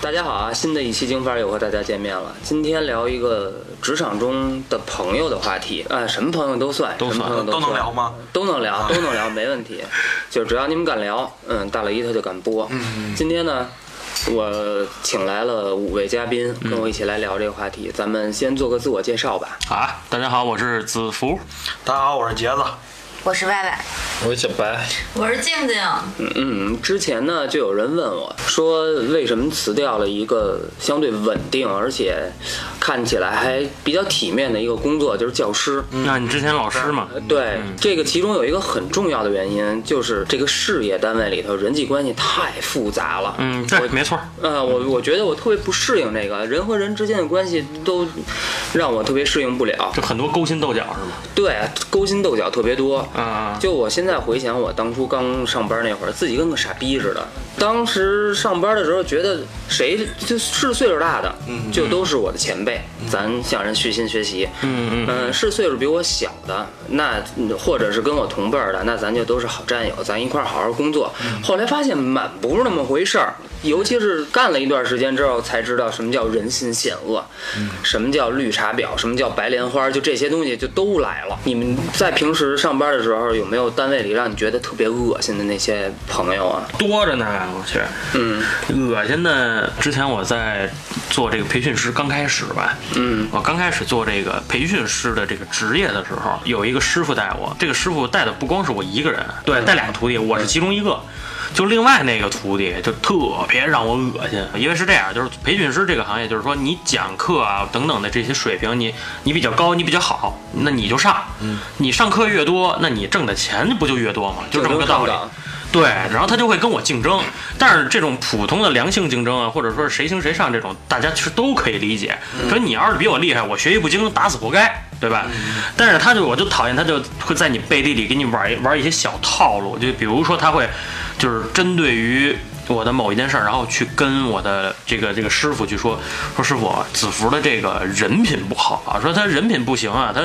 大家好啊！新的一期京范儿又和大家见面了。今天聊一个职场中的朋友的话题，呃，什么朋友都算，都什么算朋友都能算聊吗？啊都能聊，都能聊，没问题。就只要你们敢聊，嗯，大老一他就敢播。今天呢，我请来了五位嘉宾，跟我一起来聊这个话题。咱们先做个自我介绍吧。啊，大家好，我是子福。大家好，我是杰子。我是外外，我小白，我是静静，嗯嗯，之前呢就有人问我说，为什么辞掉了一个相对稳定而且看起来还比较体面的一个工作，就是教师。那、你之前老师嘛，对，这个其中有一个很重要的原因，就是这个事业单位里头人际关系太复杂了。嗯，对，没错，呃，我我觉得我特别不适应这个人和人之间的关系都让我特别适应不了，就很多勾心斗角是吗？对，啊勾心斗角特别多。啊，就我现在回想，我当初刚上班那会儿，自己跟个傻逼似的。当时上班的时候，觉得谁就是岁数大的，就都是我的前辈，咱向人虚心学习。嗯嗯，嗯，是岁数比我小的，那嗯或者是跟我同辈儿的，那咱就都是好战友，咱一块儿好好工作。后来发现满不是那么回事儿，尤其是干了一段时间之后，才知道什么叫人心险恶，嗯什么叫绿茶婊，什么叫白莲花，就这些东西就都来了。你们在平时上班的时候，有没有单位里让你觉得特别恶心的那些朋友啊？多着呢，我去，嗯恶心的。之前我在做这个培训师，刚开始吧，嗯我刚开始做这个培训师的这个职业的时候，有一个师傅带我，这个师傅带的不光是我一个人，嗯对，带俩徒弟，我是其中一个。就另外那个徒弟就特别让我恶心，因为是这样，就是培训师这个行业，就是说你讲课啊等等的这些水平，你你比较高，你比较好，那你就上，嗯你上课越多，那你挣的钱不就越多吗？就这么个道理就能上岗。对，然后他就会跟我竞争，但是这种普通的良性竞争啊，或者说是谁行谁上这种，大家其实都可以理解。所以你要是比我厉害，我学艺不精，打死活该，对吧？但是他就我就讨厌，他就会在你背地里给你玩一玩一些小套路，就比如说他会就是针对于。我的某一件事儿，然后去跟我的这个这个师傅去说，说师傅，子服的这个人品不好啊，说他人品不行啊，他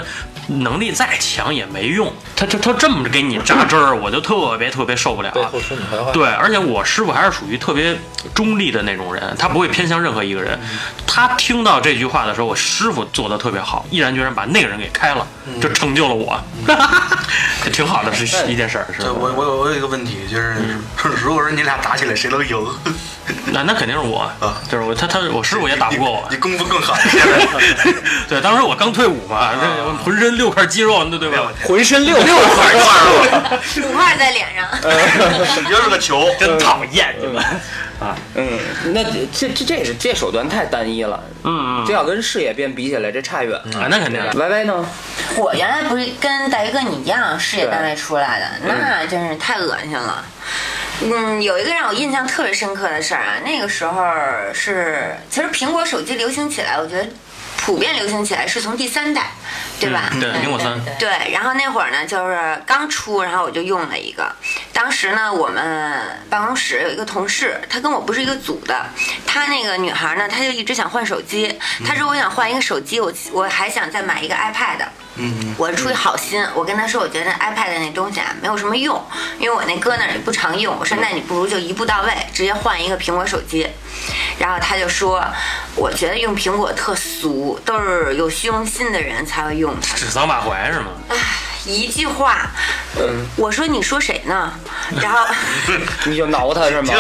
能力再强也没用，他他他这么给你扎针儿，我就特别特别受不了。啊背后说你坏话。对，而且我师傅还是属于特别中立的那种人，他不会偏向任何一个人。他听到这句话的时候，我师傅做的特别好，毅然决然把那个人给开了，就成就了我，这 挺好的，是一件事儿，是对，呃我吧？我有我有一个问题，就是、 如果说你俩打起来，谁能赢？那那肯定是我，就是我他他我师傅也打不过我你。功夫更狠。现在 对，当时我刚退伍啊嘛，这浑身六块肌肉，对对吧？哎浑身六六块肉，五块在脸上，你就是个球。真讨厌你们。嗯，那这这这是这手段太单一了，嗯嗯这要跟事业编比起来，这差远了。嗯啊，那肯定。歪歪呢？我原来不是跟戴哥你一样事业单位出来的，嗯那真是太恶心了。嗯，有一个让我印象特别深刻的事儿啊，那个时候是，其实苹果手机流行起来，我觉得普遍流行起来是从第三代，对吧？嗯对苹果三对，然后那会儿呢，就是刚出，然后我就用了一个。当时呢，我们办公室有一个同事，她跟我不是一个组的，她那个女孩呢，她就一直想换手机，她嗯说我想换一个手机，我我还想再买一个 iPad。嗯，我出于好心，我跟他说，我觉得那 iPad 那东西啊没有什么用，因为我那搁那儿也不常用。嗯我说那你不如就一步到位，直接换一个苹果手机。然后他就说，我觉得用苹果特俗，都是有虚荣心的人才会用它。指桑骂槐是吗？啊一句话，嗯，我说你说谁呢？嗯然 后你就挠他是吗？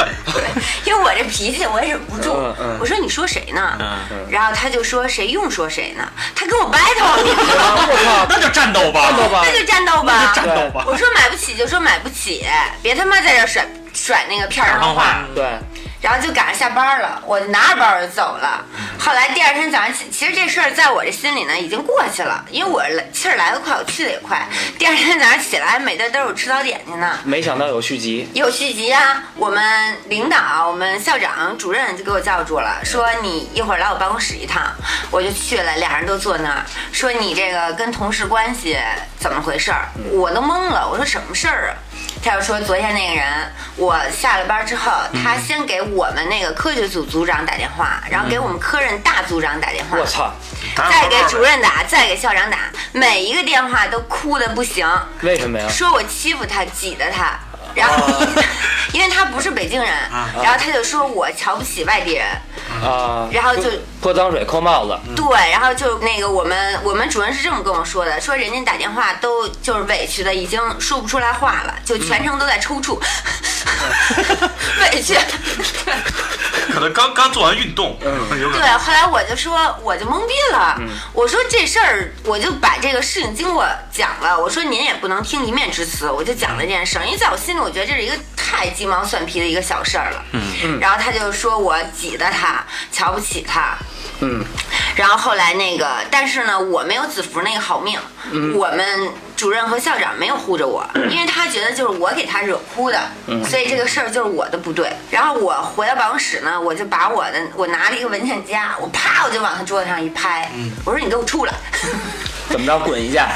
因为我这脾气我也忍不住嗯嗯，我说你说谁呢？嗯，然后他就说谁用说谁呢？他跟我 battle，你知道吗？啊我啊那就战斗吧，操， 吧，那就战斗吧，战斗吧。我说买不起就说买不起，别他妈在这儿甩甩那个片儿上啊话。对，然后就赶上下班了，我就拿着包就走了。后来第二天早上起，其实这事儿在我这心里呢已经过去了，因为我来气儿来得快，我去的也快。第二天早上起来，美滋滋我吃早点去呢。没想到有续集。有续集啊！我们领导、我们校长、主任就给我叫住了，说你一会儿来我办公室一趟，我就去了，俩人都坐那儿，说嗯你这个跟同事关系怎么回事儿？我都懵了，我说什么事儿啊？他就说昨天那个人，我下了班之后，嗯他先给我们那个科学组组长打电话，然后给我们科任大组长打电话，我操，打再啊小给报主任打，再给校长打，每一个电话都哭的不行，为什么呀？说我欺负他，挤得他。然后， 因为他不是北京人，然后他就说我瞧不起外地人，啊，然后就泼脏水、扣帽子，对，然后就那个我们我们主任是这么跟我说的，说人家打电话都就是委屈的已经说不出来话了，就全程都在抽搐，委屈。可能刚刚做完运动，嗯有可对，能。后来我就说，我就懵逼了。我说这事儿，我就把这个事情经过讲了。我说您也不能听一面之词，我就讲了这件事儿，因为在我心里，我觉得这是一个太鸡毛蒜皮的一个小事儿了。嗯，然后他就说我挤得他，瞧不起他。嗯，然后后来那个，但是呢，我没有子服那个好命，我们主任和校长没有护着我，因为他觉得就是我给他惹哭的，所以这个事儿就是我的不对。然后我回到办公室呢，我就把我的我拿了一个文件夹，我啪我就往他桌子上一拍，我说你给我出来。怎么着滚一下？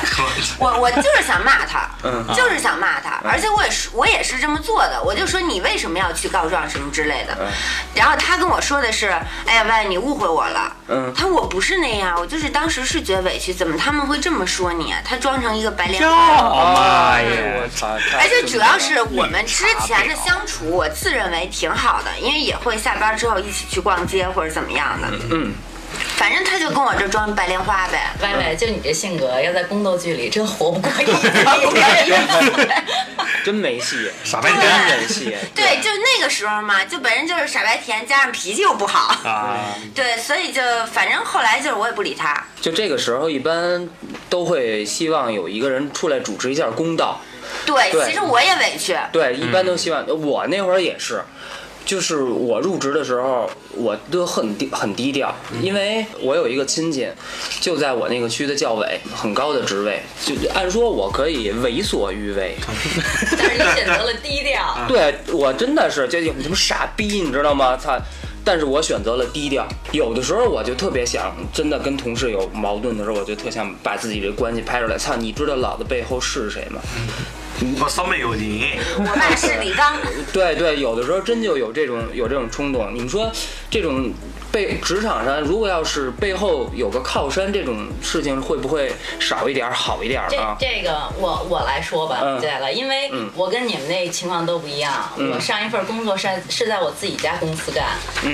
我我就是想骂他， 嗯就是想骂他，而且我也是我也是这么做的，我就说你为什么要去告状什么之类的，嗯然后他跟我说的是，哎呀喂，你误会我了，嗯他说我不是那样，我就是当时是觉得委屈，怎么他们会这么说你啊？他装成一个白脸哟婆。哦啊 妈哎呦我呀！操！而太且主要是我们之前的相处，我自认为挺好的，因为也会下班之后一起去逛街或者怎么样的。嗯，反正他就跟我这装白莲花呗。歪歪，就你这性格，要在宫斗剧里真活不过一天。 真没戏，傻白真甜，没 戏。对，就那个时候嘛，就本身就是傻白甜，加上脾气又不好，啊， 对，所以就反正后来就是我也不理他，就这个时候，一般都会希望有一个人出来主持一下公道。对，对其实我也委屈，对，一般都希望、我那会儿也是，就是我入职的时候，我都很低很低调，因为我有一个亲戚，就在我那个区的教委，很高的职位，就按说我可以为所欲为。但是你选择了低调， 对我真的是就有什么傻逼，你知道吗？操！但是我选择了低调。有的时候我就特别想，真的跟同事有矛盾的时候，我就特想把自己这关系拍出来。操，你知道老子背后是谁吗？我骚妹有你，我爸是李刚，对对，有的时候真就有这种有这种冲动。你们说，这种背职场上，如果要是背后有个靠山，这种事情会不会少一点儿好一点儿这啊？这个我我来说吧，嗯对了，因为我跟你们那情况都不一样。我上一份工作是在是在我自己家公司干，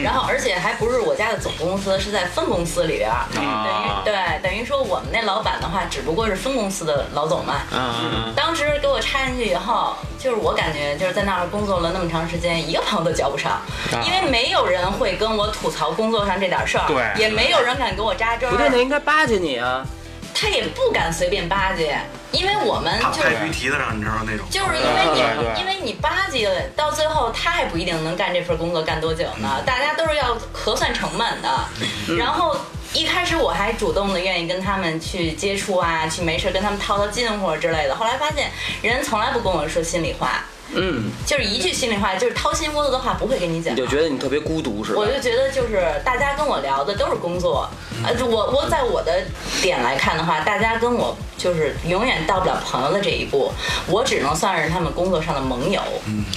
然后而且还不是我家的总公司，是在分公司里边儿。嗯啊等于对，等于说我们那老板的话，只不过是分公司的老总嘛。嗯，当时给我插进去以后，就是我感觉就是在那儿工作了那么长时间，一个朋友都交不上，因为没有人会跟我吐槽工作上这点事儿，对也没有人敢给我扎针儿不，对，那应该巴结你啊！他也不敢随便巴结，因为我们怕就拍是驴蹄子上，你知道那种。啊就是因对为对你，对因为你巴结了，到最后他还不一定能干这份工作干多久呢。大家都是要核算成本的，然后。一开始我还主动的愿意跟他们去接触啊，去没事跟他们套套近乎之类的。后来发现人从来不跟我说心里话，嗯，就是一句心里话，就是掏心窝子的话不会跟你讲你。就觉得你特别孤独是吧我？就觉得就是大家跟我聊的都是工作，呃，就我我在我的点来看的话，大家跟我就是永远到不了朋友的这一步，我只能算是他们工作上的盟友，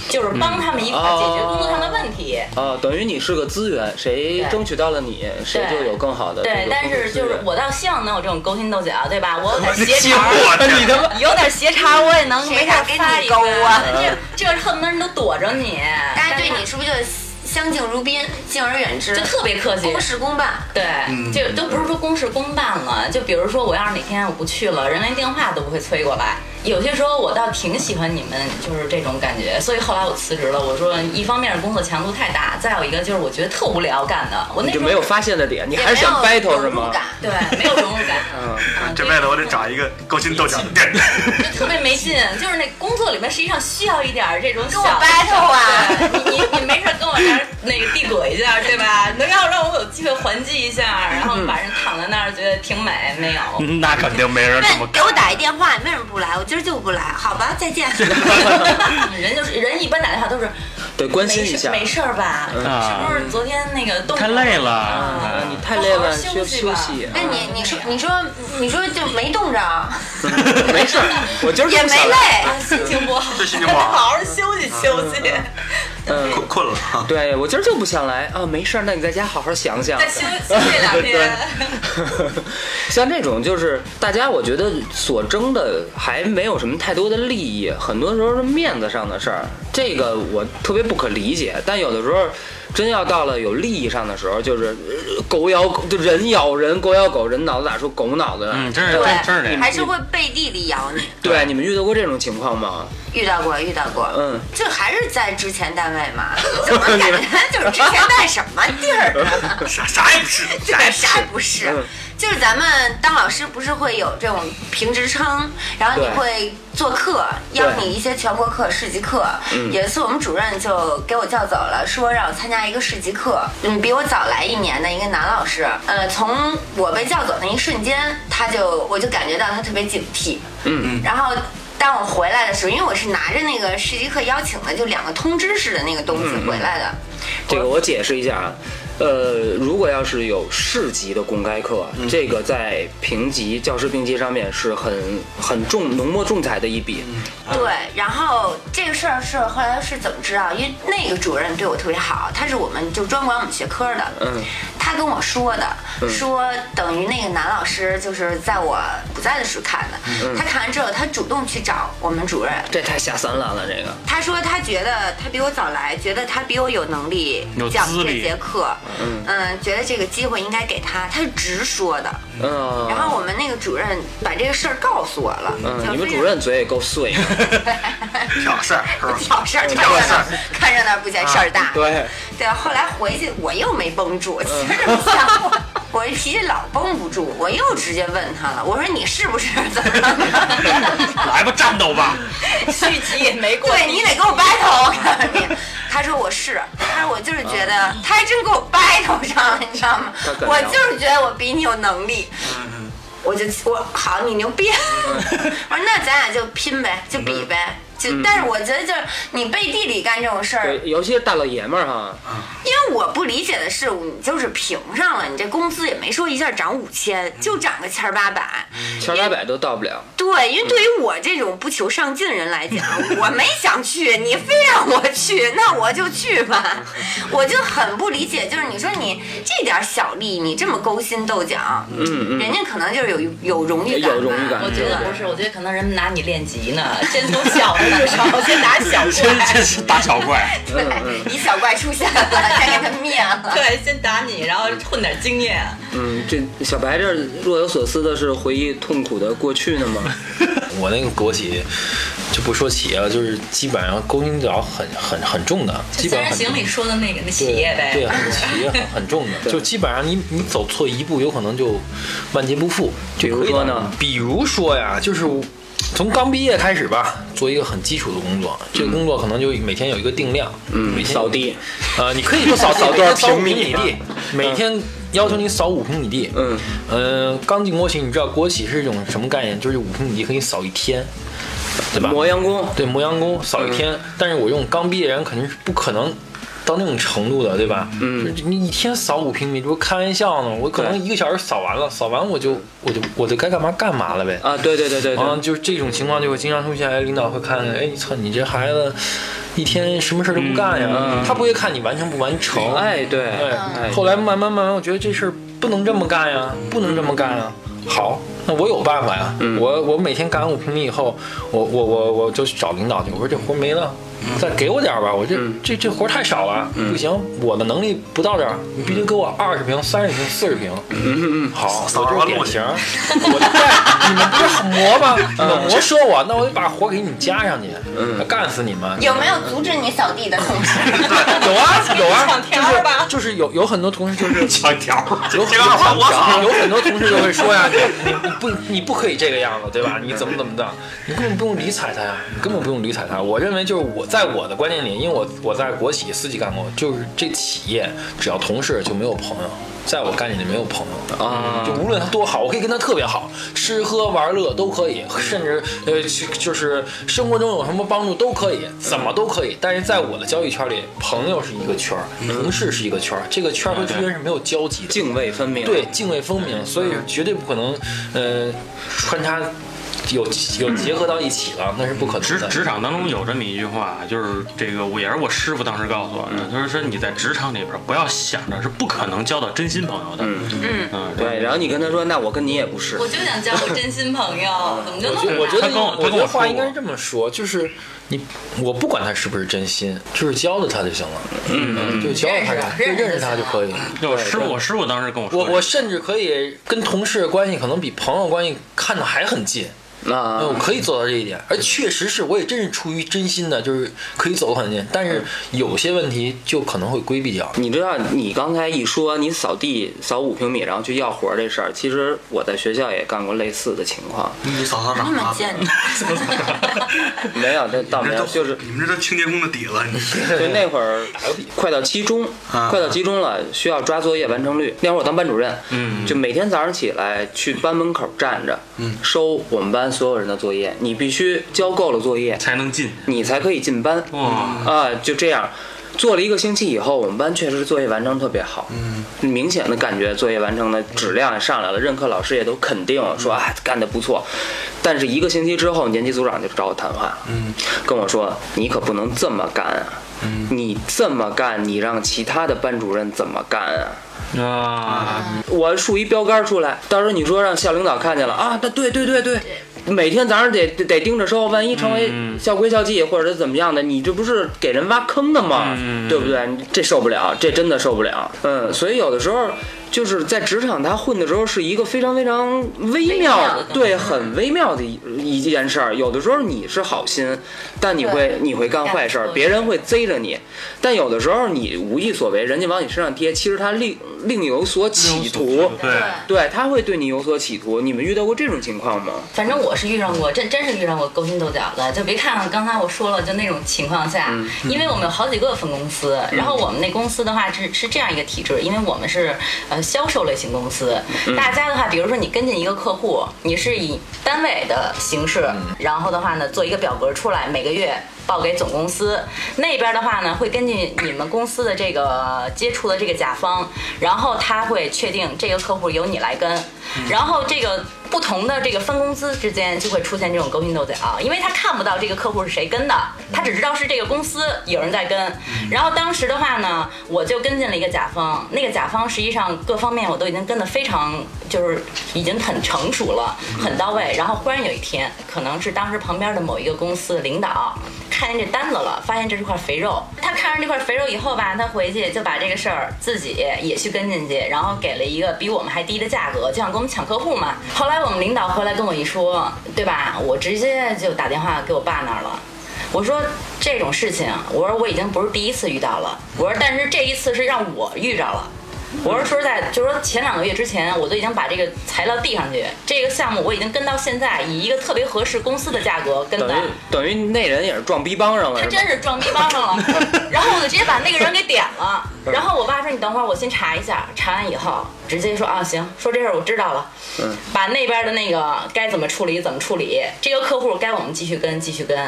就是帮他们一块儿解决工作上的问题。啊，等于你是个资源，谁对争取到了你，谁就有更好的哦这个对，但是就是工作我倒希望能有这种勾心斗角，对吧？我有点资源斜茬我儿，的你他妈有点斜茬儿，我也能谁没事敢儿跟发你一勾啊个这这恨不得人都躲着你，大家但对是你是不是就相敬如宾，敬而远之就，特别客气，公事公办？对，嗯就都不是说公事公办了，就比如说我要是哪天我不去了，人连电话都不会催过来。有些时候我倒挺喜欢你们就是这种感觉，所以后来我辞职了。我说一方面是工作强度太大，再有一个就是我觉得特无聊干的，我那你时就候没有发现的点，你也还是想没有 battle 是融入吗？感对没有融入感，嗯这辈子我得找一个勾心斗角的店。就特别没劲，就是那工作里面实际上需要一点儿这种跟我小 battle 啊！ 对你你你没事跟我这儿那个递怼一下，对吧？能让让我有机会还击一下，然嗯后把人躺在那儿觉得挺美，没有。嗯那肯定没人这么问给干我。打一电话，你为什么不来？我今儿就不来，好吧，再见。人就是人一般打电话都是得关心没一事下。没事儿吧？啊是不是昨天那个动太累了啊你太累好了，好休休息吧息。 那你你说你说你说就没冻着， 没事儿，我今 儿也就没想累，心情不好，这心情不好，好 好好休息休息，嗯， 困困了。啊对我今儿就不想来啊，没事儿，那你在家好好想想再。休休息两天。 像这种就是大家，我觉得所争的还没有什么太多的利益，很多时候是面子上的事儿，这个我特别不可理解。但有的时候真要到了有利益上的时候，就是呃狗咬狗，就人咬人，狗咬狗，人脑子打出狗脑子来。嗯，真是真真是这对，样。还是会背地里咬你。对，你们遇到过这种情况吗？遇到过，遇到过，嗯，就还是在之前单位嘛，怎么感觉就是之前在什么地儿啊呢？啥啥也不是，啥也不是 对，啥也不是嗯，就是咱们当老师不是会有这种评职称，然后你对会做课，邀对嗯你一些全国课、市级课。有一次我们主任就给我叫走了，说让我参加一个市级课，嗯，比我早来一年的一个男老师，呃，从我被叫走那一瞬间，他就我就感觉到他特别警惕，嗯然后当我回来的时候，因为我是拿着那个市级课邀请的，就两个通知式的那个东嗯西回来的。这个我解释一下啊，呃，如果要是有市级的公开课，啊这个在评级、教师评级上面是很很重浓墨重彩的一笔。对，然后这个事儿是后来是怎么知道？因为那个主任对我特别好，他是我们就专管我们学科的，嗯，他跟我说的，说等于那个男老师就是在我不在的时候看的，嗯他看完之后，他主动去找我们主任，这太下三滥了，这个。他说他觉得他比我早来，觉得他比我有能力有讲资这历节课，嗯觉得这个机会应该给他，他是直说的。嗯，然后我们那个主任把这个事儿告诉我了，就嗯，你们非常主任嘴也够碎的。 挑事儿是 吧？挑事儿，挑事儿，看热闹不嫌事儿大。 嗯啊对，嗯对，后来回去我又没绷住，其实这么想我， 我这脾气老绷不住，我又直接问他了，我说你是不是怎么 了？来吧，战斗吧！ 续集也没过，对你得给我 battle，我告诉你。他说我是，他说我就是觉得，他还真给我 battle 上了，你知道吗嗯他？敢聊我就是觉得我比你有能力。嗯我就我好，你牛逼！ 我说那咱俩就拼呗，就比嗯呗。就但是我觉得就是你背地里干这种事儿，对，尤其是大老爷们儿哈，因为我不理解的是，你就是评上了，你这工资也没说一下涨五千，就涨个千儿八百。千儿八百都到不了。对，因为对于我这种不求上进的人来讲，我没想去，你非让我去，那我就去吧。我就很不理解，就是你说你这点小利，你这么勾心斗角，嗯嗯，人家可能就是有有荣誉感吧，有荣誉感我觉得不是，对我觉得可能人们拿你练级呢，先从小的入手，先打小真怪，真是打小怪，对，一小怪出现了， 先给他灭了。对，先打你，然后混点经验。嗯，这小白这若有所思的是回忆痛苦的过去 呢吗？我那个国企就不说企业了，就是基本上勾心斗角很很很重的，基就本三人上很重行里说的那个那企业呗，对，很企业很很重 的，就基本上你你走错一步，有可能就万劫不复。比就如说呢比如说呀，就是从刚毕业开始吧，做一个很基础的工作，这个工作可能就每天有一个定量，嗯每天扫地，呃，你可以就扫 扫多少平米啊地，每天要求你扫五平米地，嗯，呃，刚进国企，你知道国企是一种什么概念？就是五平米地可以扫一天，对吧？磨洋工，对磨洋工扫一天，嗯但是我用刚毕业人肯定是不可能到那种程度的，对吧？嗯，你一天扫五平米，这不开玩笑呢？我可能对一个小时扫完了，扫完我就我就我就该干嘛干嘛了呗。啊，对对对对然后对，就是这种情况就会经常出现，哎领导会看，哎，你操，你这孩子一天什么事儿都不干呀？嗯嗯他不会看你完成不完成。哎对，哎哎，后来慢慢慢慢，我觉得这事儿不能这么干呀，不能这么干呀。好，嗯那我有办法呀。我我每天干完五平米以后，我我我我就去找领导去，我说这活没了，再给我点儿吧，我这、这这活太少了，不行，我的能力不到这儿，你必须给我二十平、三十平、四十平。嗯嗯嗯，好，扫我完这了个典型，我就嗯干。你们不是很磨 吗？你们磨说我，那我得把活给你们加上去，干嗯死你们。有没有阻止你扫地的同事？有啊有啊抢，条吧，就是有有很多同事就是抢条儿。有很这个多话我扫有很多同事就会说呀，你你不你不可以这个样子，对吧？你怎么怎么的，你根本不用理睬他呀，你根本不用理睬他。我认为就是我在我的观念里，因为我我在国企、私企干过，就是这企业只要同事就没有朋友，在我概念里没有朋友，啊就无论他多好，我可以跟他特别好，吃喝玩乐都可以，甚至呃其就是生活中有什么帮助都可以，怎么都可以。但是在我的交易圈里，朋友是一个圈儿，同事是一个圈儿，这个圈儿和之间是没有交集的。泾渭分明。对，泾渭分明，所以绝对不可能，呃，穿插有有结合到一起了，那是不可能职的。职场当中有这么一句话，就是这个我也是我师傅当时告诉我的，就是说你在职场里边不要想着是不可能交到真心朋友的。嗯嗯对，然后你跟他说，那我跟你也不是我，就想交个真心朋友，怎么就我那觉么得我觉他得跟我他我跟觉得我话说应该过是这么说，就是你我不管他是不是真心，就是教了他就行了，嗯，就教了他呀，就认识认识他就可以。对我师傅，我师傅当时跟我说我的，我甚至可以跟同事关系可能比朋友关系看的还很近，那我可以做到这一点，而确实是我也真是出于真心的，就是可以走得很近，但是有些问题就可能会规避掉。你知道，你刚才一说你扫地扫五平米，然后去要活儿这事儿，其实我在学校也干过类似的情况。 你嫂嫂那长么啊，贱，没有，这倒你没们有，这就都是你们这都清洁工的底子， 你就那会儿快到期中，啊快到期中了，需要抓作业完成率。那会儿我当班主任，嗯就每天早上起来去班门口站着，收我们班所有人的作业，你必须交够了作业，才能进。你才可以进班。哇，啊，就这样。做了一个星期以后，我们班确实作业完成特别好，嗯，明显的感觉作业完成的质量也上来了，任课老师也都肯定说啊干得不错。但是一个星期之后，年级组长就找我谈话了，嗯，跟我说你可不能这么干啊，你这么干，你让其他的班主任怎么干啊？啊，我竖一标杆出来，到时候你说让校领导看见了啊，那对对对对，每天早上得得得盯着收，万一成为嗯校规校纪或者怎么样的，你这不是给人挖坑的吗？嗯对不对？你这受不了，这真的受不了。嗯，所以有的时候就是在职场他混的时候是一个非常非常微微妙妙的，的东西对，很微妙的一一件事儿。有的时候你是好心，但你会对你会干坏事儿，干错别人会贼着你。但有的时候你无意所为，人家往你身上贴，其实他另另有所企图。对，对他会对你有所企图，你们遇到过这种情况吗？反正我是遇上过，真真是遇上过勾心斗角的。就别看刚才我说了，就那种情况下，因为我们有好几个分公司，然后我们那公司的话是是这样一个体制，因为我们是呃销售类型公司，大家的话，比如说你跟进一个客户，你是以单位的形式，然后的话呢做一个表格出来，每个月。报给总公司那边的话呢，会根据你们公司的这个呃接触的这个甲方，然后他会确定这个客户由你来跟，然后这个不同的这个分公司之间就会出现这种勾心斗角，因为他看不到这个客户是谁跟的，他只知道是这个公司有人在跟。然后当时的话呢，我就跟进了一个甲方，那个甲方实际上各方面我都已经跟得非常就是已经很成熟了，很到位。然后忽然有一天，可能是当时旁边的某一个公司的领导看见这单子了，发现这是块肥肉，他看上这块肥肉以后吧，他回去就把这个事儿自己也去跟进去，然后给了一个比我们还低的价格，就想跟我们抢客户嘛。后来我们领导回来跟我一说，对吧？我直接就打电话给我爸那儿了。我说这种事情，我说我已经不是第一次遇到了，我说但是这一次是让我遇着了。我说说实在，就是说前两个月之前，我都已经把这个材料递上去，这个项目我已经跟到现在，以一个特别合适公司的价格跟等于到。等于那人也是撞逼帮上了，他是吧真是撞逼帮上了，然后我就直接把那个人给点了。然后我爸说：“你等会儿，我先查一下。”查完以后，直接说：“啊，行，说这事儿我知道了。”把那边的那个该怎么处理怎么处理，这个客户该我们继续跟继续跟。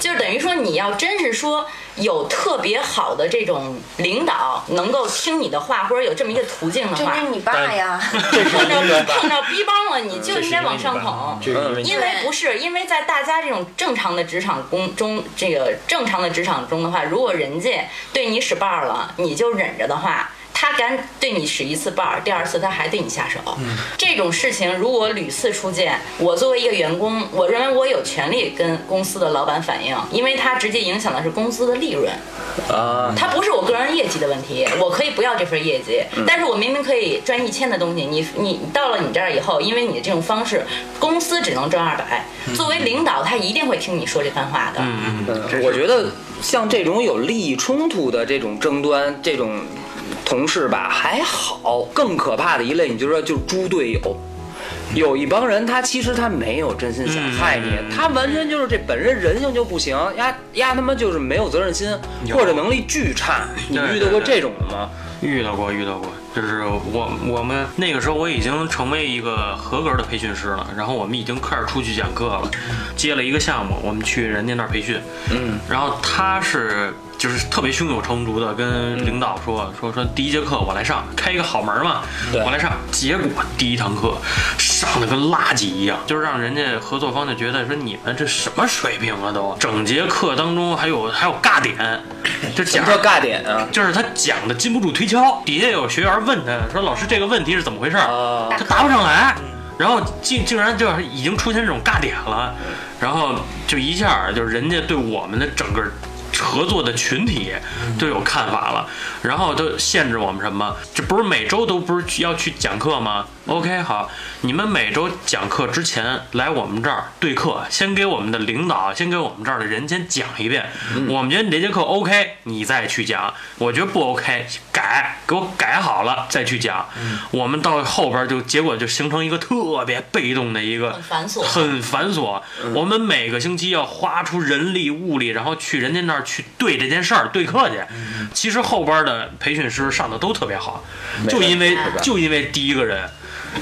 就是等于说，你要真是说有特别好的这种领导能够听你的话，或者有这么一个途径的这话是，你爸呀！碰着碰着逼帮了，你就应该往上捧。这是因为因为不是，因为在大家这种正常的职场工中，这个正常的职场中的话，如果人家对你使绊儿了，你就忍着的话。他敢对你使一次绊儿，第二次他还对你下手，嗯这种事情如果屡次出现，我作为一个员工，我认为我有权利跟公司的老板反映，因为它直接影响的是公司的利润。啊，它不是我个人业绩的问题，我可以不要这份业绩，但是我明明可以赚一千的东西，你你到了你这儿以后，因为你这种方式，公司只能赚二百。作为领导，他一定会听你说这番话的。这是我觉得像这种有利益冲突的这种争端，这种同事吧还好，更可怕的一类，你就说就是猪队友。有一帮人，他其实他没有真心想害你，嗯他完全就是这本身人性就不行，呀呀他妈就是没有责任心，有或者能力巨差。你对遇到过对对这种的吗？遇到过遇到过，就是我我们那个时候我已经成为一个合格的培训师了，然后我们已经开始出去讲课了，接了一个项目，我们去人家那儿培训，嗯，然后他是就是特别胸有成竹的嗯跟领导说、说说第一节课我来上，开一个好门嘛，对我来上，结果第一堂课上的跟垃圾一样，就是让人家合作方就觉得说你们这什么水平啊都，整节课当中还有还有尬点，就什讲么叫尬点啊？就是他讲的禁不住推敲，底下有学员问他说：“老师，这个问题是怎么回事儿？”啊他答不上来，然后竟竟然就是已经出现这种尬点了，然后就一下儿就是人家对我们的整个合作的群体都有看法了，然后都限制我们什么？这不是每周都不是要去讲课吗？OK，好，你们每周讲课之前来我们这儿对课，先给我们的领导，先给我们这儿的人先讲一遍，我们觉得你这节课 OK，你再去讲；我觉得不 OK，改，给我改好了再去讲。我们到后边就结果就形成一个特别被动的一个很繁琐很繁琐。嗯我们每个星期要花出人力物力，然后去人家那儿去对这件事儿对课去。嗯其实后边的培训师上的都特别好，没就问因为题吧就因为第一个人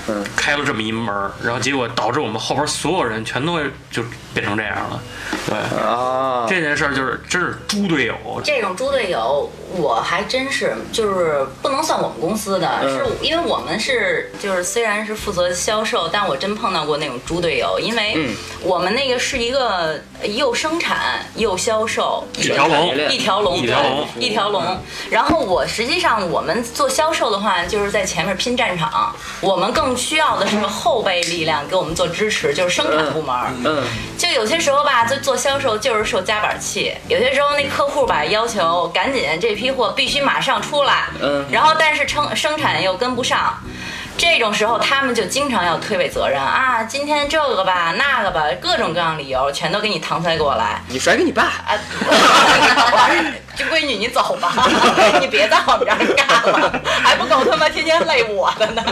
嗯。开了这么一门儿，然后结果导致我们后边所有人全都就变成这样了。对，啊，这件事儿就是真是猪队友，这种猪队友，我还真是就是不能算我们公司的，嗯是因为我们是就是虽然是负责销售，但我真碰到过那种猪队友，因为嗯我们那个是一个又生产又销售一条龙一条龙，一条龙对一条龙。然后我实际上我们做销售的话，就是在前面拼战场，我们更需要的是后备力量给我们做支持，就是生产部门。嗯，就有些时候吧，就做销售就是受夹板气。有些时候那客户吧要求赶紧这批货必须马上出来，嗯然后但是生生产又跟不上。这种时候，他们就经常要推诿责任啊，今天这个吧，那个吧，各种各样理由全都给你搪塞过来。你甩给你爸。啊，我 这闺女你走吧，你别在我们这儿干了，还不够他妈天天累我的呢，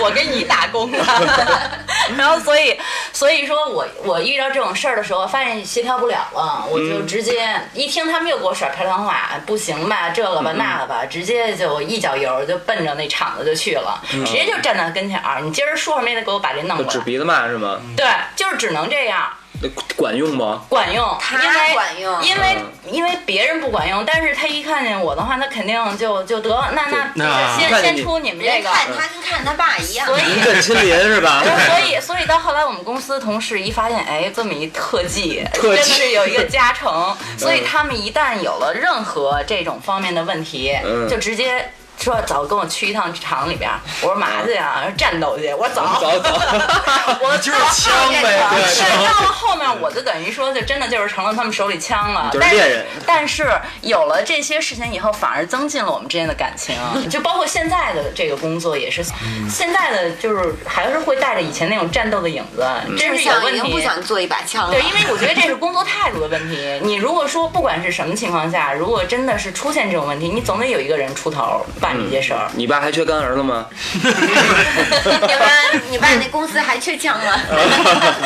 我给你打工了。 然后所以所以说我我遇到这种事儿的时候，发现协调不了了，我就直接一听他们又给我耍茶汤话，不行吧，这个吧那个吧，直接就一脚油就奔着那厂子就去了，直接就站到跟前儿，你今儿说什么也得给我把这弄过指来。鼻子骂是吗？对，就是只能这样。那管用吗？管用，他因为管用因嗯为因为别人不管用，但是他一看见我的话，他肯定就就得那那那那先看见先你出你们这人个家，看他跟看他爸一样，所以跟亲邻是吧？所以所以到后来我们公司同事一发现，哎，这么一特技，特技嗯真的是有一个加成，所以他们一旦有了任何这种方面的问题，嗯就直接。说走，跟我去一趟厂里边儿。我说嘛去啊？战斗去。我走，嗯走走 我啊就是枪呗对对，啊到了后面我就等于说，就真的就是成了他们手里枪了。就是猎人但是但是有了这些事情以后，反而增进了我们之间的感情。啊就包括现在的这个工作也是，嗯现在的就是还是会带着以前那种战斗的影子，嗯真志是有向问已经题不。想做一把枪了对，。因为我觉得这是工作态度的问题。你如果说不管是什么情况下，如果真的是出现这种问题，你总得有一个人出头办这些事儿。 你爸还缺干儿子吗？要不然 你爸那公司还缺枪吗？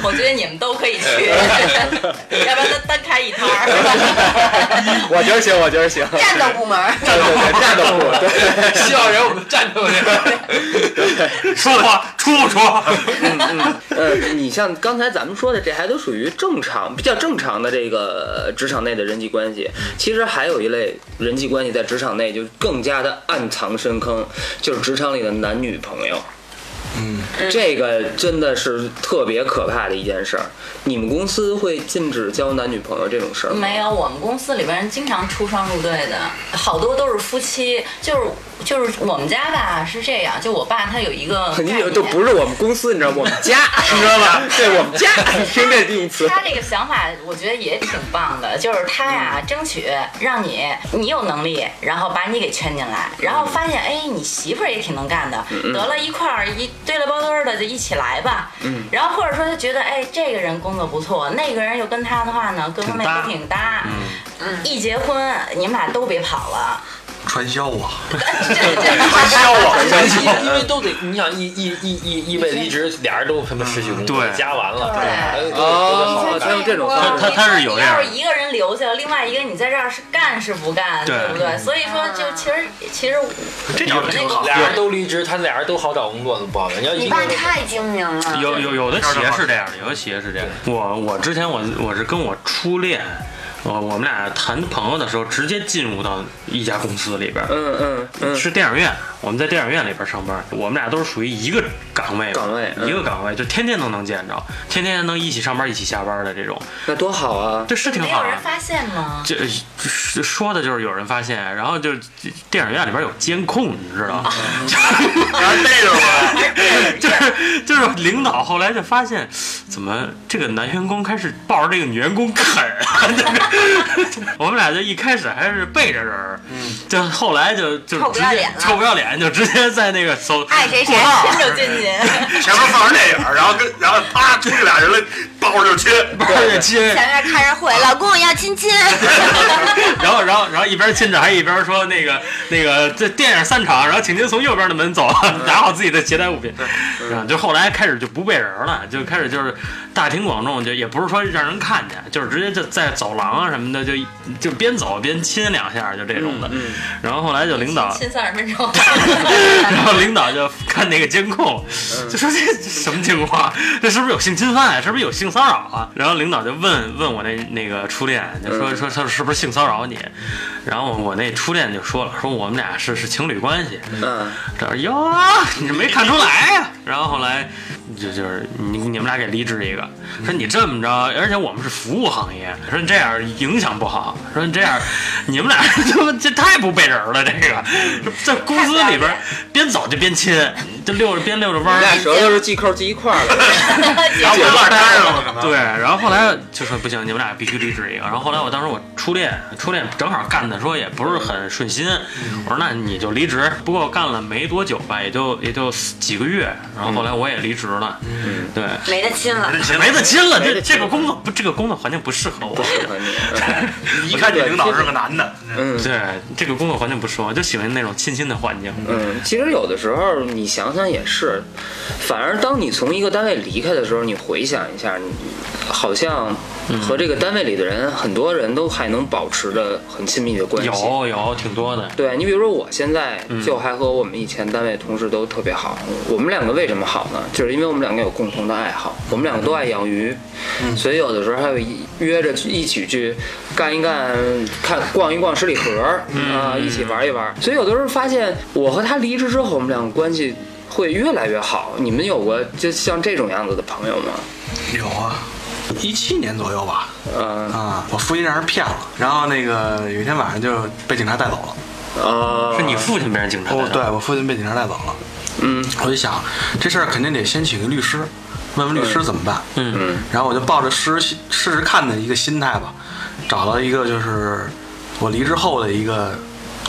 我觉得你们都可以去，要不然单单开一摊儿。 我觉得行，我觉得行。战斗部门儿，战斗对战斗部， 对希望人我们战斗去。说话出不出？ 呃，你像刚才咱们说的，这还都属于正常、比较正常的这个呃职场内的人际关系。其实还有一类人际关系在职场内就更加的暗藏深坑，就是职场里的男女朋友。嗯，这个真的是特别可怕的一件事儿。你们公司会禁止交男女朋友这种事儿吗？没有，我们公司里边人经常出双入对的，好多都是夫妻。就是就是我们家吧是这样，就我爸他有一个肯定有，概念都不是我们公司，你知道吗，我们家， 你知道吧？对，我们家，听这定义词。 他这个想法，我觉得也挺棒的，就是他嗯呀，争取让你你有能力，然后把你给圈进来，然后发现哎，你媳妇儿也挺能干的，嗯得了一块儿一堆了包堆儿的就一起来吧。嗯，然后或者说他觉得哎，这个人工作不错，那个人又跟他的话呢，各方挺面搭都挺搭，嗯，一结婚你们俩都别跑了。传销啊， 传销啊， 传因为因销。为都得，你想一一一一一辈子一直俩人都他妈失去工作，对加完了，对还有都得哦好好还有这种方式他他是有这你样要的是一个人留下，另外一个你在这儿是干是不干，对对不对？所以说，就其实其实这点儿挺好。俩人都离职，他俩人都好找工作，不好找。你要一你个爸人太精明了，有有有的企业是这样的，有的企业是这样的。我我之前我我是跟我初恋，我我们俩谈朋友的时候，直接进入到一家公司里边儿，嗯嗯嗯，是电影院，我们在电影院里边上班，我们俩都是属于一个岗位嘛，岗位嗯一个岗位，就天天都能见着，天天能一起上班一起下班的这种，那多好啊！这是挺没好有的人。发现吗？这这说的就是有人发现，然后就是电影院里边有监控，你知道吗？ 逮着啊了，就是就是领导后来就发现，怎么这个男员工开始抱着这个女员工啃啊？ 就是我们俩就一开始还是背着人儿，就后来就就臭不直要接脸了臭不要脸，就直接在那个搜爱谁谁过道儿真就进去，前面放着电影，然后跟然后啪推着俩人来，抱着就 亲。 抱着亲，前面开着会，老公我要亲 亲， 然后，然后，然后一边亲着还一边说那个那个，这电影散场，然后请您从右边的门走，拿好自己的携带物品。然后就后来开始就不背人了，就开始就是大庭广众，就也不是说让人看见，就是直接就在走廊啊什么的，就就边走边亲两下，就这种的。然后后来就领导，亲三十分钟。然后领导就看那个监控，就说这这什么情况？这是不是有性侵犯啊？是不是有性骚扰啊？然后领导就问问我那那个初恋，就说说他是不是性骚扰你？然后我那初恋就说了，说我们俩是是情侣关系。嗯，他说哟，你没看出来呀、然后后来就就是你你们俩给离职一个，说你这么着，而且我们是服务行业，说你这样影响不好，说你这样你们俩就这太不背人了，这个这在公司里边边走就边亲，就溜着边溜着弯你儿俩。舌头是系扣系一块儿了，然后我落单上了，可能。对，然后后来就说不行，你们俩必须离职一个。然后后来我当时我初恋，初恋正好干的说也不是很顺心，嗯我说那你就离职。不过我干了没多久吧，也就也就几个月，然后后来我也离职了。嗯，对，没得亲 了。没得亲了，没这得亲这个工作不，这个工作环境不适合我。不喜欢你。嗯一看这领导是个男的，嗯对，这个工作环境不适合我，就喜欢那种亲亲的环境。嗯，其实有的时候你想想也是，反而当你从一个单位离开的时候，你回想一下，你好像和这个单位里的人，很多人都还能保持着很亲密的关系。有有挺多的，对你比如说，我现在就还和我们以前单位同事都特别好。我们两个为什么好呢？就是因为我们两个有共同的爱好，我们两个都爱养鱼，所以有的时候还有一约着去一起去干一干、看逛一逛十里河啊、一起玩一玩。所以有的时候发现，我和他离职之后，我们两个关系。会越来越好。你们有过就像这种样子的朋友吗？有啊，一七年左右吧，呃啊，我父亲让人骗了，然后那个有一天晚上就被警察带走了。呃，是你父亲变成警察哦，的。对我父亲被警察带走了，嗯我就想这事儿肯定得先请个律师，问问律师怎么办。嗯，然后我就抱着试试试试看的一个心态吧，找了一个就是我离职后的一个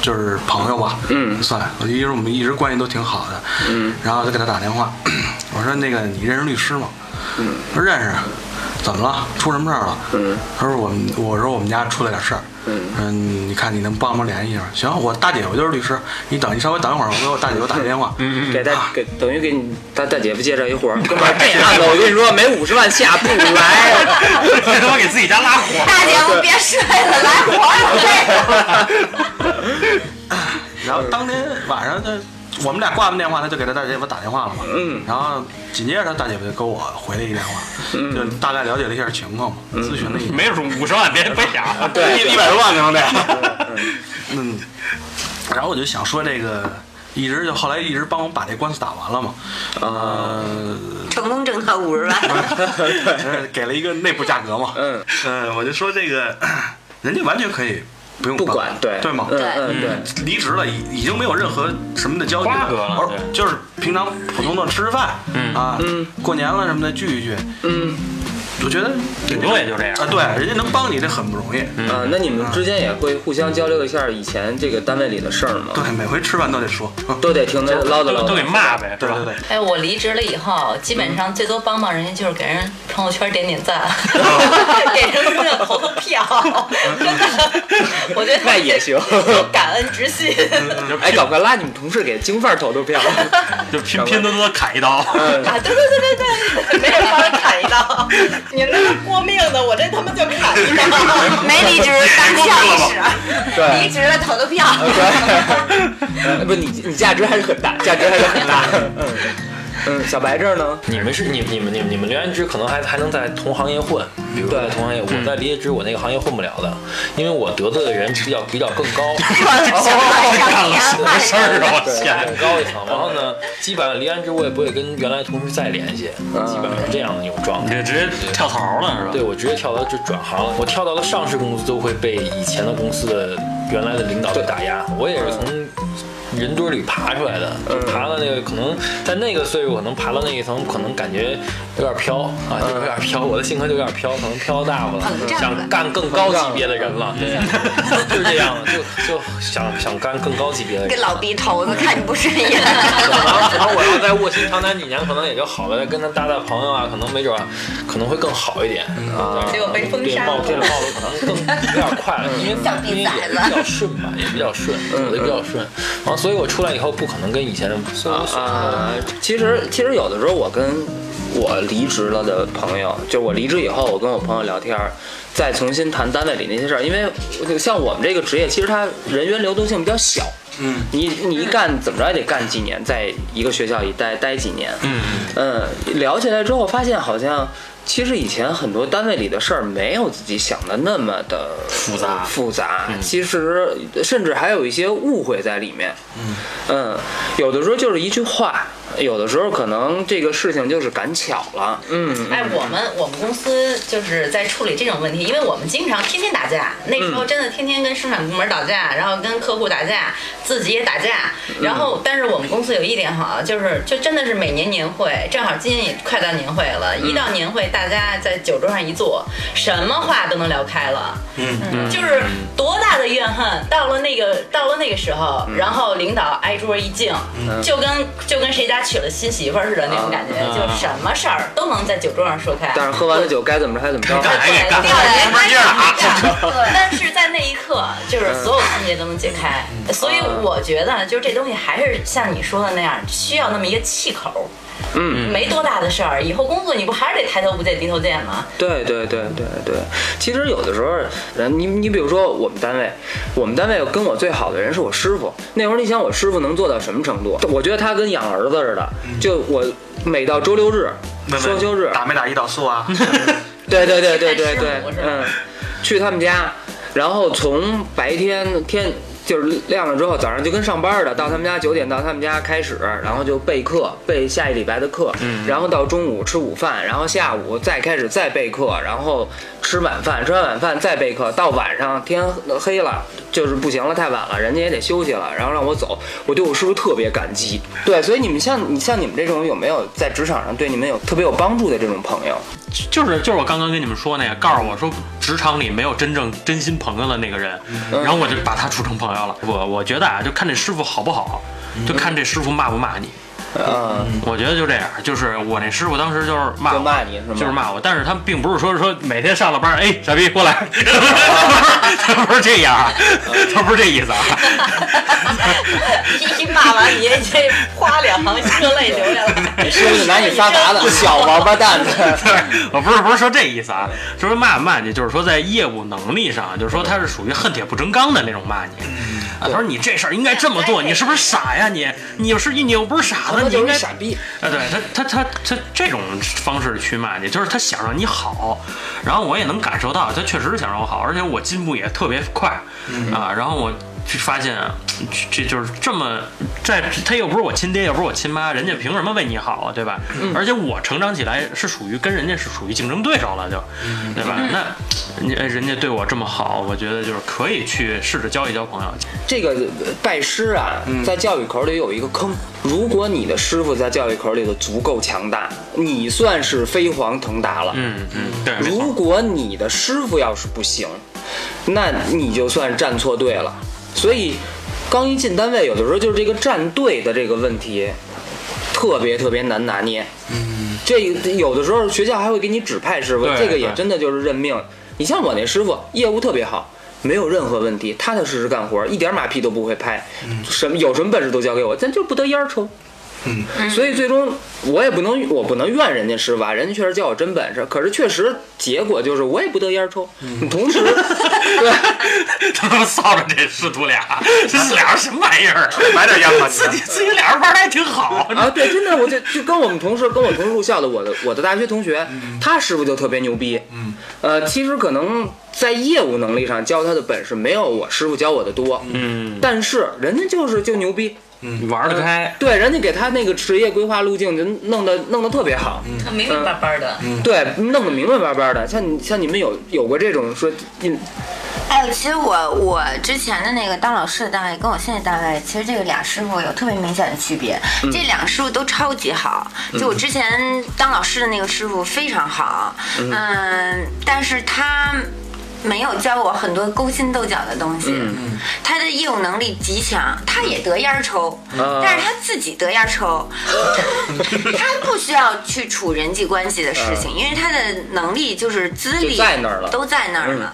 就是朋友吧，嗯算，我一直我们一直关系都挺好的，嗯，然后就给他打电话， 我说那个你认识律师吗？嗯，说认识，怎么了？出什么事儿了？嗯，他说我们我说我们家出了点事儿，嗯嗯，你看你能帮忙联系一下吗？行，我大姐我就是律师，你等你稍微等一会儿，我给我大姐给我打电话，嗯给大给等于给你大大姐夫介绍一活儿，哥们儿这案子我跟你说没五十万下不来。啊这 他妈给自己家拉火。大姐夫别睡了，来活儿累。 然后当天晚上他，我们俩挂完电话，他就给他大姐夫打电话了嘛。嗯。然后紧接着他大姐夫就给我回了一电话，嗯就大概了解了一下情况嘛，咨询了一下。没准五十万，别别 想，一一百多万可能得。嗯，然后我就想说这个。一直就后来一直帮我把这官司打完了嘛，嗯呃，成功挣到五十 万，呃给了一个内部价格嘛，嗯，呃，我就说这个， 人家完全可以不用不帮管对对吗？嗯嗯对，离职了，已已经没有任何什么的交集瓜葛了而对嗯就是平常普通的吃吃饭，啊，过年了什么的聚一聚，嗯，我觉得顶多也就这样啊，对，人家能帮你这很不容易。嗯啊，那你们之间也会互相交流一下以前这个单位里的事儿吗？对，每回吃饭都得说。嗯都得听他唠叨唠都叨，都给骂呗，是对吧？对对， 哎，我离职了以后，基本上最多帮帮人家就是给人朋友圈点点赞，哦 给人家投投票，真的，我觉得那也行。感恩之心。哎，赶快拉你们同事给京范儿投投票。就拼拼多多砍一刀。嗯啊，对对对对对，没人帮人砍一刀，你们那过命的，我这他妈就砍一刀。没离职，当教一使，对离职了投的票。 对，不，你你价值还是很大，价值还是很大。嗯嗯，小白这儿呢？你们是你你们你们你们原来职可能还还能在同行业混，比如说嗯在同行业，我在离业之我那个行业混不了的，因为我得罪的人比较比较更 高，小马上哦干你了什么事儿啊！我天更，高一层。然后呢，基本上离完职我也不会跟原来同事再联系，基本上是这样的一种状你这态。直接跳槽了是吧？对，我直接跳到就转行了。我跳到了上市公司，都会被以前的公司的原来的领导去打压。我也是嗯从人堆里爬出来的，就爬到那个可能在那个岁数，可能爬到那一层，可能感觉有点飘啊，嗯就有点飘。我的性格就有点飘，可能飘大发膨胀了，了想干更高级别的人了，对， 就这样，就就想想干更高级别的人给。老逼头子看你不顺眼，然后我要再卧薪尝胆几年，可能也就好了。再跟他搭搭朋友啊，可能没准儿可能会更好一点。啊，结果哎被封杀冒了这个冒的 可能更有点快了，因为小因为逼崽也子比较顺吧，也比较顺，走的比较顺。然后，所以我出来以后不可能跟以前的嗯所以我所啊，其实其实有的时候我跟我离职了的朋友，就我离职以后，我跟我朋友聊天儿，再重新谈单位里那些事儿，因为我像我们这个职业，其实它人员流动性比较小。嗯，你你一干怎么着也得干几年，在一个学校里待待几年。嗯，嗯，聊起来之后发现好像。其实以前很多单位里的事儿没有自己想的那么的复杂复杂，嗯其实甚至还有一些误会在里面。嗯，有的时候就是一句话，有的时候可能这个事情就是赶巧了。嗯，哎，我们我们公司就是在处理这种问题，因为我们经常天天打架，那时嗯候真的天天跟生产部门打架，然后跟客户打架，自己也打架。嗯然后，但是我们公司有一点好，就是就真的是每年年会，正好今年也快到年会了，嗯一到年会大家在酒桌上一坐，什么话都能聊开了。嗯，就是多大的怨恨，到了那个到了那个时候，然后领导挨桌一敬，就跟就跟谁家娶了新媳妇儿似的那种感觉，啊就什么事儿都能在酒桌上说开。但是喝完了酒该怎么着还怎么着。干还得干，第二前天面接着打。但是在那一刻，就是所有心结都能解开。所以我觉得，就是这东西还是像你说的那样，需要那么一个气口。嗯，没多大的事儿，以后工作你不还是得抬头不见低头见吗？对对对对对，其实有的时候，人你你比如说我们单位，我们单位跟我最好的人是我师傅。那会儿你想我师傅能做到什么程度？我觉得他跟养儿子似的，就我每到周六日、问双问休日，打没打胰岛 素啊？对对对对对看师对母是，吧嗯，去他们家，然后从白天天就是亮了之后，早上就跟上班似的，到他们家九点到他们家开始，然后就备课，备下一礼拜的课，嗯然后到中午吃午饭，然后下午再开始再备课，然后吃晚饭，吃完晚饭再备课，到晚上天黑了就是不行了，太晚了，人家也得休息了，然后让我走，我对我师傅特别感激。对，所以你们像你像你们这种有没有在职场上对你们有特别有帮助的这种朋友？就是就是我刚刚跟你们说那个，告诉我说职场里没有真正真心朋友的那个人，嗯然后我就把他处成朋友了。我我觉得啊，就看这师傅好不好，就看这师傅骂不骂你。嗯。我觉得就这样，就是我那师傅当时就是骂我就骂你是吗就是骂我，但是他并不是说说每天上了班，哎，傻逼过 来，他不是这样啊，嗯他不是这意思啊。一骂完你这花两行热泪流下来，是不是拿你仨砸 的小王八蛋子？ 对， 我不是不是说这意思啊，就是骂骂你，就是说在业务能力上，啊就是说他是属于恨铁不成钢的那种骂你。啊，他说你这事儿应该这么做，你是不是傻呀你？你是你又不是傻子，你应该啊，逼。对他他他他这种方式去骂你，就是他想让你好，然后我也能感受到他确实是想让我好，而且我进步也特别快啊，然后我就发现啊这这就是这么在，他又不是我亲爹，又不是我亲妈，人家凭什么为你好啊，对吧？而且我成长起来是属于跟人家是属于竞争对手了，就，对吧？那你哎人家对我这么好，我觉得就是可以去试着交一交朋友。这个呃拜师啊，嗯在教育口里有一个坑。如果你的师傅在教育口里头足够强大，你算是飞黄腾达了。嗯嗯，对，没如 错。果你的师傅要是不行，那你就算站错队了。所以，刚一进单位，有的时候就是这个站队的这个问题，特别特别难拿捏。嗯，这有的时候学校还会给你指派师傅对，这个也对真的就是认命。你像我那师傅，业务特别好。没有任何问题，踏踏实实干活，一点马屁都不会拍，什么有什么本事都交给我，咱就不得烟儿抽。所以最终我也不能，我不能怨人家师傅啊，人家确实教我真本事，可是确实结果就是我也不得烟儿抽。同时，对，他他妈臊着这师徒俩，这俩人什么玩意儿？买点烟吧，自己自己俩人玩的还挺好。啊，对，真的，我就就跟我们同事，跟我同事入校的，我的我的大学同学，他师傅就特别牛逼。嗯，呃，其实可能在业务能力上教他的本事没有我师傅教我的多，嗯，但是人家就是就牛逼，玩得开。对，人家给他那个职业规划路径就弄得弄得特别好。明明白白的，对，弄得明明白白的。像你像你们有有过这种说，你哎，其实我我之前的那个当老师的单位跟我现在单位，其实这个俩师傅有特别明显的区别。嗯这两个师傅都超级好，就我之前当老师的那个师傅非常好，嗯，但是他。没有教我很多勾心斗角的东西，嗯他的业务能力极强，他也得烟儿抽，嗯但啊是他自己得烟儿 抽，他不需要去处人际关系的事情，因为他的能力就是资历嗯就在那儿了嗯都在那儿了。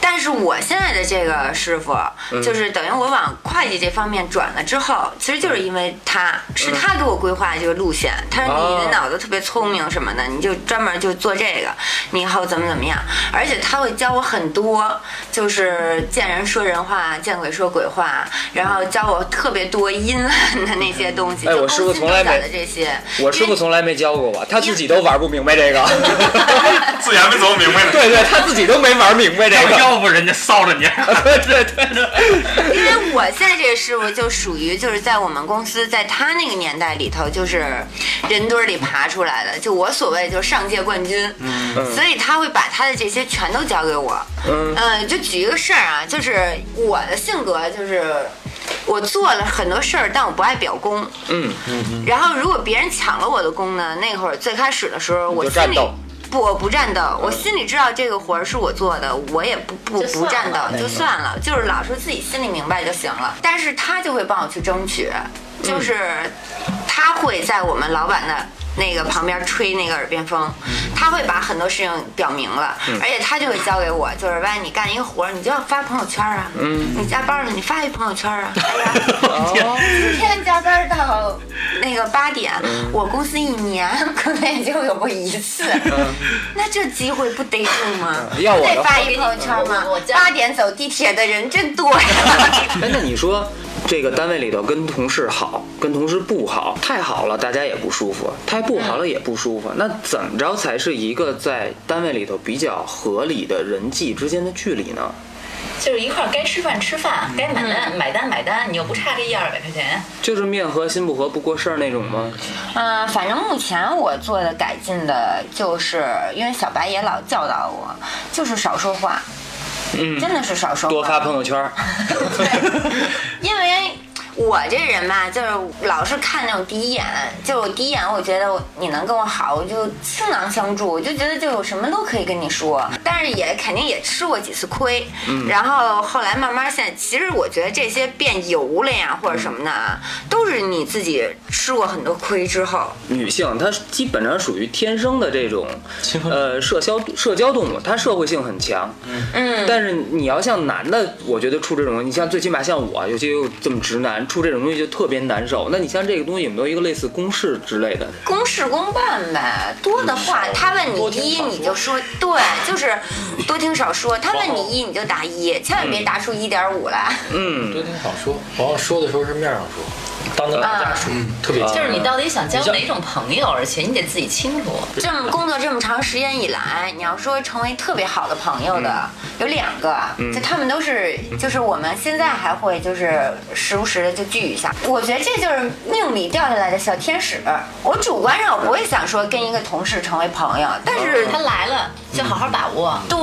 但是我现在的这个师傅，嗯就是等于我往会计这方面转了之后，其实就是因为他是他给我规划这个路线，他说你哦的脑子特别聪明什么的，你就专门就做这个，你以后怎么怎么样。而且他会教我很多，就是见人说人话，见鬼说鬼话，然后教我特别多阴暗的那些东西，哎就我师傅勾心从来斗角没的这些，我师因为傅从来没教过我，他自己都玩不明白这个。自己还没走明白呢。对对，他自己都没玩明白这要个。 要不人家臊着你， 对 对对，因为我现在这个师傅就属于就是在我们公司，在他那个年代里头，就是人堆儿里爬出来的，就我所谓就是上届冠军，所以他会把他的这些全都交给我。嗯、就举一个事儿啊，就是我的性格就是。我做了很多事儿，但我不爱表功。嗯然后，如果别人抢了我的功呢？那会儿最开始的时候，我就心战里斗嗯不，我不战斗，我心里知道这个活儿是我做的，我也不不就算不战斗了，就算了，就是老是自己心里明白就行了。但是他就会帮我去争取，就是嗯他会在我们老板的。那个旁边吹那个耳边风，嗯他会把很多事情表明了，而且他就会交给我，就是万一你干一个活儿，你就要发朋友圈啊，嗯你加班了你发一朋友 圈啊，哎呀，哦今天加班到那个八点，嗯我公司一年可能也就有过一次，那这机会不逮住吗？嗯要我的话得发一朋友圈吗我我？加八点走地铁的人真多呀。哎，那你说这个单位里头跟同事好，跟同事不好，太好了大家也不舒服，太不好了也不舒服。那怎么着才是一个在单位里头比较合理的人际之间的距离呢？就是一块儿该吃饭吃饭，该买单买单买单，你又不差这一二百块钱。就是面和心不和不过事儿那种吗？嗯，反正目前我做的改进的就是，因为小白也老教导我，就是少说话，嗯真的是少说话，多发朋友圈儿。对，因为我这人吧，就是老是看那种第一眼，就是我第一眼我觉得我你能跟我好，我就倾囊相助，我就觉得就有什么都可以跟你说，但是也肯定也吃过几次亏，嗯然后后来慢慢现在，其实我觉得这些变油了呀或者什么的啊，都是你自己吃过很多亏之后，女性她基本上属于天生的这种亲和力呃社交社交动物，她社会性很强。嗯。但是你要像男的，我觉得出这种，你像最起码像我，尤其又这么直男，出这种东西就特别难受。那你像这个东西有没有一个类似公式之类的？公事公办呗，多的话，他问你一你就说对，就是多听少说。他问你一你就答一，千万别答出一点五来。嗯，多听少说，往往说的时候是面上说，当着大家说，特别就是你到底想交你像哪种朋友，而且你得自己清楚。这么工作这么长时间以来，你要说成为特别好的朋友的，有两个，就他们都是，就是我们现在还会就是时不时的就聚一下。我觉得这就是命里掉下来的小天使。我主观上我不会想说跟一个同事成为朋友，但是他来了就好好把握。对，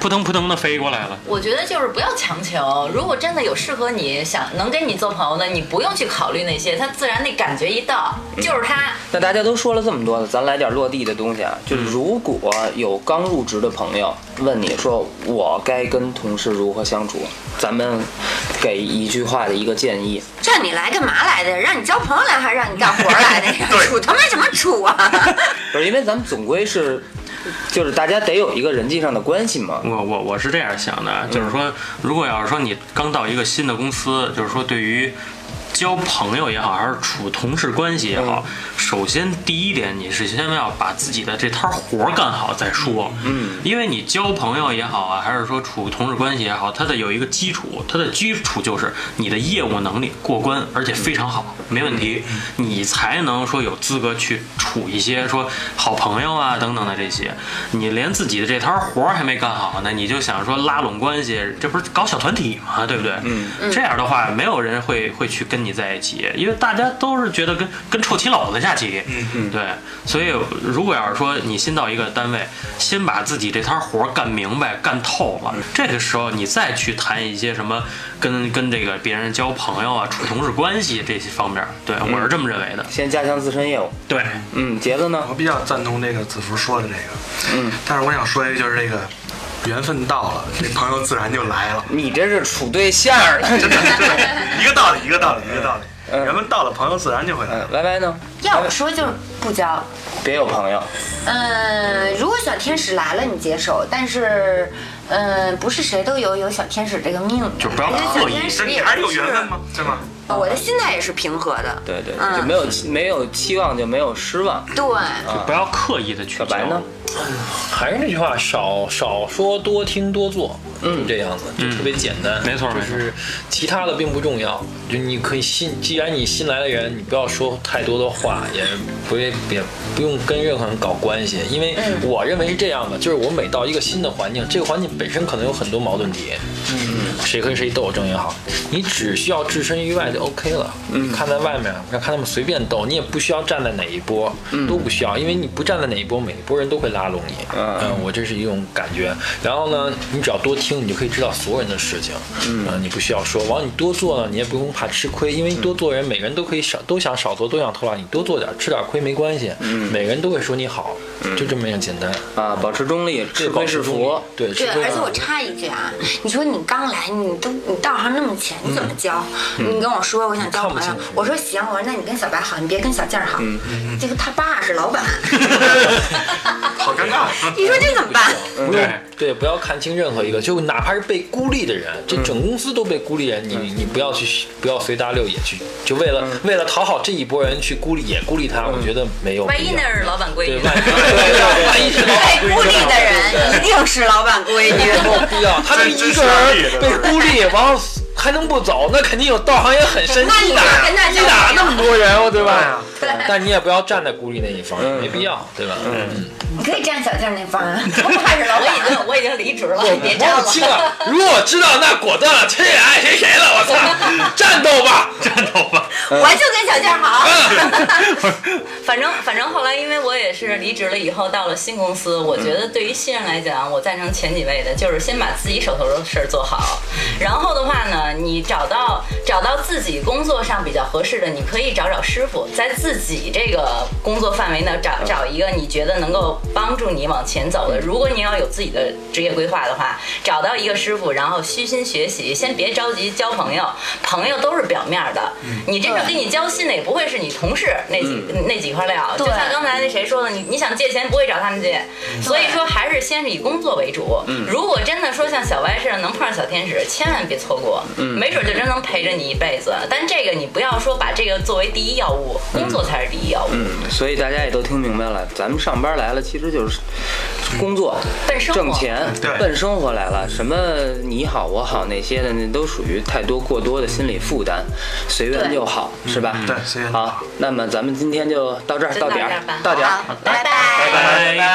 扑腾扑腾的飞过来了。我觉得就是不要强求，如果真的有适合你想能跟你做朋友的，你不用去考虑那些，他自然那感觉一到就是他。那大家都说了这么多了，咱来点落地的东西啊。嗯就是如果有刚入职的朋友问你说，我该跟同事如何相处，咱们给一句话的一个建议。让你来干嘛来的？让你交朋友来还是让你干活来的 呀？对处他妈什么处啊？ 不是，因为咱们总归是，就是大家得有一个人际上的关系嘛。我我我是这样想的，就是说，如果要是说你刚到一个新的公司，就是说对于交朋友也好，还是处同事关系也好，首先第一点，你是先要把自己的这摊活儿干好再说。嗯，因为你交朋友也好啊，还是说处同事关系也好，它的有一个基础，它的基础就是你的业务能力过关，而且非常好，没问题，你才能说有资格去处一些说好朋友啊等等的这些。你连自己的这摊活儿还没干好呢，你就想说拉拢关系，这不是搞小团体嘛，对不对？嗯，这样的话，没有人会会去跟你在一起，因为大家都是觉得跟跟臭棋篓子下棋。嗯嗯，对。所以，如果要是说你新到一个单位，先把自己这摊活儿干明白、干透了，这个时候你再去谈一些什么跟跟这个别人交朋友啊、处同事关系这些方面儿，对我是这么认为的。先加强自身业务。嗯对，嗯，杰子呢我？比较赞同这个子福说的这个，嗯，但是我想说一句，就是这个缘分到了，这朋友自然就来了， 你这是处对象儿。真的，对，一个道理，一个道理，一个道理。缘分到了，朋友自然就会来嗯了。歪歪呢？要我说就是不交。别有朋友。嗯，如果小天使来了，你接受，但是，嗯，不是谁都有有小天使这个命的，就不要因为刻小意天这使你也还哦是有不缘分吗？是吗？呃我的心态也是平和的，对对，嗯就没有期没有期望就没有失望。对，就不要刻意的去小白交呢？还是那句话，少少说，多听，多做，嗯，这样子就特别简单，没错就是其他的并不重要，就你可以新，既然你新来的人，你不要说太多的话，也不也也不用跟任何人搞关系，因为我认为是这样的，就是我每到一个新的环境，这个环境本身可能有很多矛盾点，嗯谁和谁斗争也好，你只需要置身于外就 OK 了。嗯，看在外面，让看他们随便斗，你也不需要站在哪一波，嗯都不需要，因为你不站在哪一波，每一波人都会拉拢你。啊嗯我这是一种感觉。然后呢，你只要多听，你就可以知道所有人的事情。嗯、你不需要说，往你多做呢，你也不用怕吃亏，因为多做人，每个人都可以少，都想少做，都想偷懒，你多做点，吃点亏没关系。嗯，每个人都会说你好，就这么样简单。啊，保持中立，嗯吃亏是福。对，吃对，亏而且我插一句啊，你说你刚来，你都你道行那么浅，你怎么交？你跟我说我想交朋友看不清，我说行，我说那你跟小白好，你别跟小静儿好，这个他爸是老板，好尴尬。 你说这怎么办？不用对，不要看清任何一个，就哪怕是被孤立的人，这整公司都被孤立人，你你不要去不要随大流也去，就为了为了讨好这一波人去孤立也孤立他，我觉得没有必万要。一那是老板闺对，女万一对万一是被孤立的人一定是老板闺女。没有必要，他们一个人被孤立，然后还能不走，那肯定有道行也很深。那你你就哪跟他你交哪那么多人，对吧？对但你也不要站在孤立那一方，没必要，对吧？嗯。你可以站小静那方啊，他爸是老我已 板。啊经我已经离职了，我你别站我了。清了，如果我知道，那果断了，谁也爱谁谁了。我操，战斗吧，战斗吧。我就跟小静好，嗯 反正反正后来，因为我也是离职了以后，到了新公司，我觉得对于新人来讲，我赞成前几位的，就是先把自己手头的事儿做好，嗯然后的话呢，你找到找到自己工作上比较合适的，你可以找找师傅，在自己这个工作范围内找找一个你觉得能够帮助你往前走的。如果你要有自己的职业规划的话，找到一个师傅，然后虚心学习，先别着急交朋友，朋友都是表面的，你真正跟你交心的也不会是你同事那几那几欢了。就对像刚才那谁说的，你你想借钱不会找他们借，所以说还是先是以工作为主。如果真的说像小歪似的能碰上小天使，千万别错过，没准就真能陪着你一辈子。但这个你不要说把这个作为第一要务，工作才是第一要务，嗯，所以大家也都听明白了，咱们上班来了，其实就是工作、奔生活挣钱、对奔生活来了。什么你好我好那些的，那都属于太多过多的心理负担，随缘就好，是吧？对随缘就好好，那么咱们今天就到这儿，就到到点这儿儿吧，到点儿。好，拜拜。拜拜。